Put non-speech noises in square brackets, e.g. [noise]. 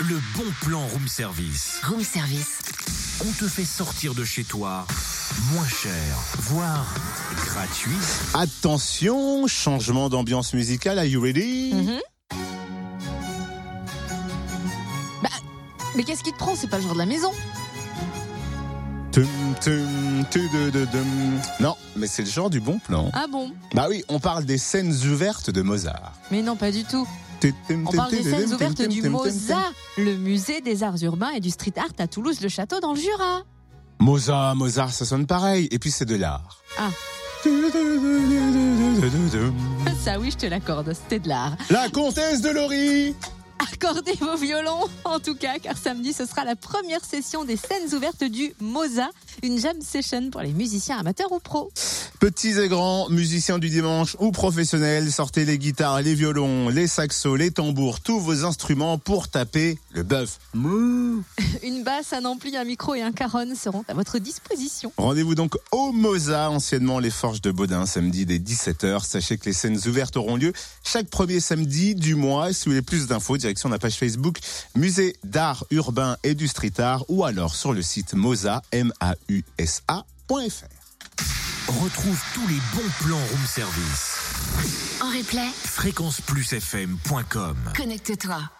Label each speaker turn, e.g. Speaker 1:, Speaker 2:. Speaker 1: Le bon plan room service.
Speaker 2: Room service.
Speaker 1: On te fait sortir de chez toi moins cher, voire gratuit.
Speaker 3: Attention, changement d'ambiance musicale, are you ready
Speaker 2: Mhm. Bah, Mais qu'est-ce qui te prend C'est pas le genre de la maison.
Speaker 3: Tum, tum, tu, de, de, dum. Non, mais c'est le genre du bon plan.
Speaker 2: Ah bon
Speaker 3: Bah oui, on parle des scènes ouvertes de Mozart.
Speaker 2: Mais non, pas du tout.
Speaker 3: Tu, tum,
Speaker 2: On
Speaker 3: tum,
Speaker 2: parle
Speaker 3: tu,
Speaker 2: des
Speaker 3: de,
Speaker 2: scènes
Speaker 3: dum,
Speaker 2: ouvertes
Speaker 3: tum, tum,
Speaker 2: du
Speaker 3: tum, tum, tum.
Speaker 2: Mosa, le musée des arts urbains et du street art à Toulouse-le-Château dans le Jura. [laughs]
Speaker 3: Mozart, Mozart, ça sonne pareil. Et puis c'est de l'art.
Speaker 2: Ah. Ça oui, je te l'accorde, c'était de l'art.
Speaker 3: La comtesse de Laurie
Speaker 2: Accordez vos violons, en tout cas, car samedi, ce sera la première session des scènes ouvertes du Mosa, une jam session pour les musiciens amateurs ou pros.
Speaker 3: Petits et grands, musiciens du dimanche ou professionnels, sortez les guitares, les violons, les saxos, les tambours, tous vos instruments pour taper le bœuf. Mouh.
Speaker 2: Une basse, un ampli, un micro et un caronne seront à votre disposition.
Speaker 3: Rendez-vous donc au Mosa, anciennement les Forges de Baudin, samedi dès 17h. Sachez que les scènes ouvertes auront lieu chaque premier samedi du mois. Si vous voulez plus d'infos, direction la page Facebook Musée d'art urbain et du street art ou alors sur le site mosa, M-A-U-S-A.fr.
Speaker 1: Retrouve tous les bons plans room service.
Speaker 4: En replay,
Speaker 1: Fréquenceplusfm.com.
Speaker 4: connecte-toi.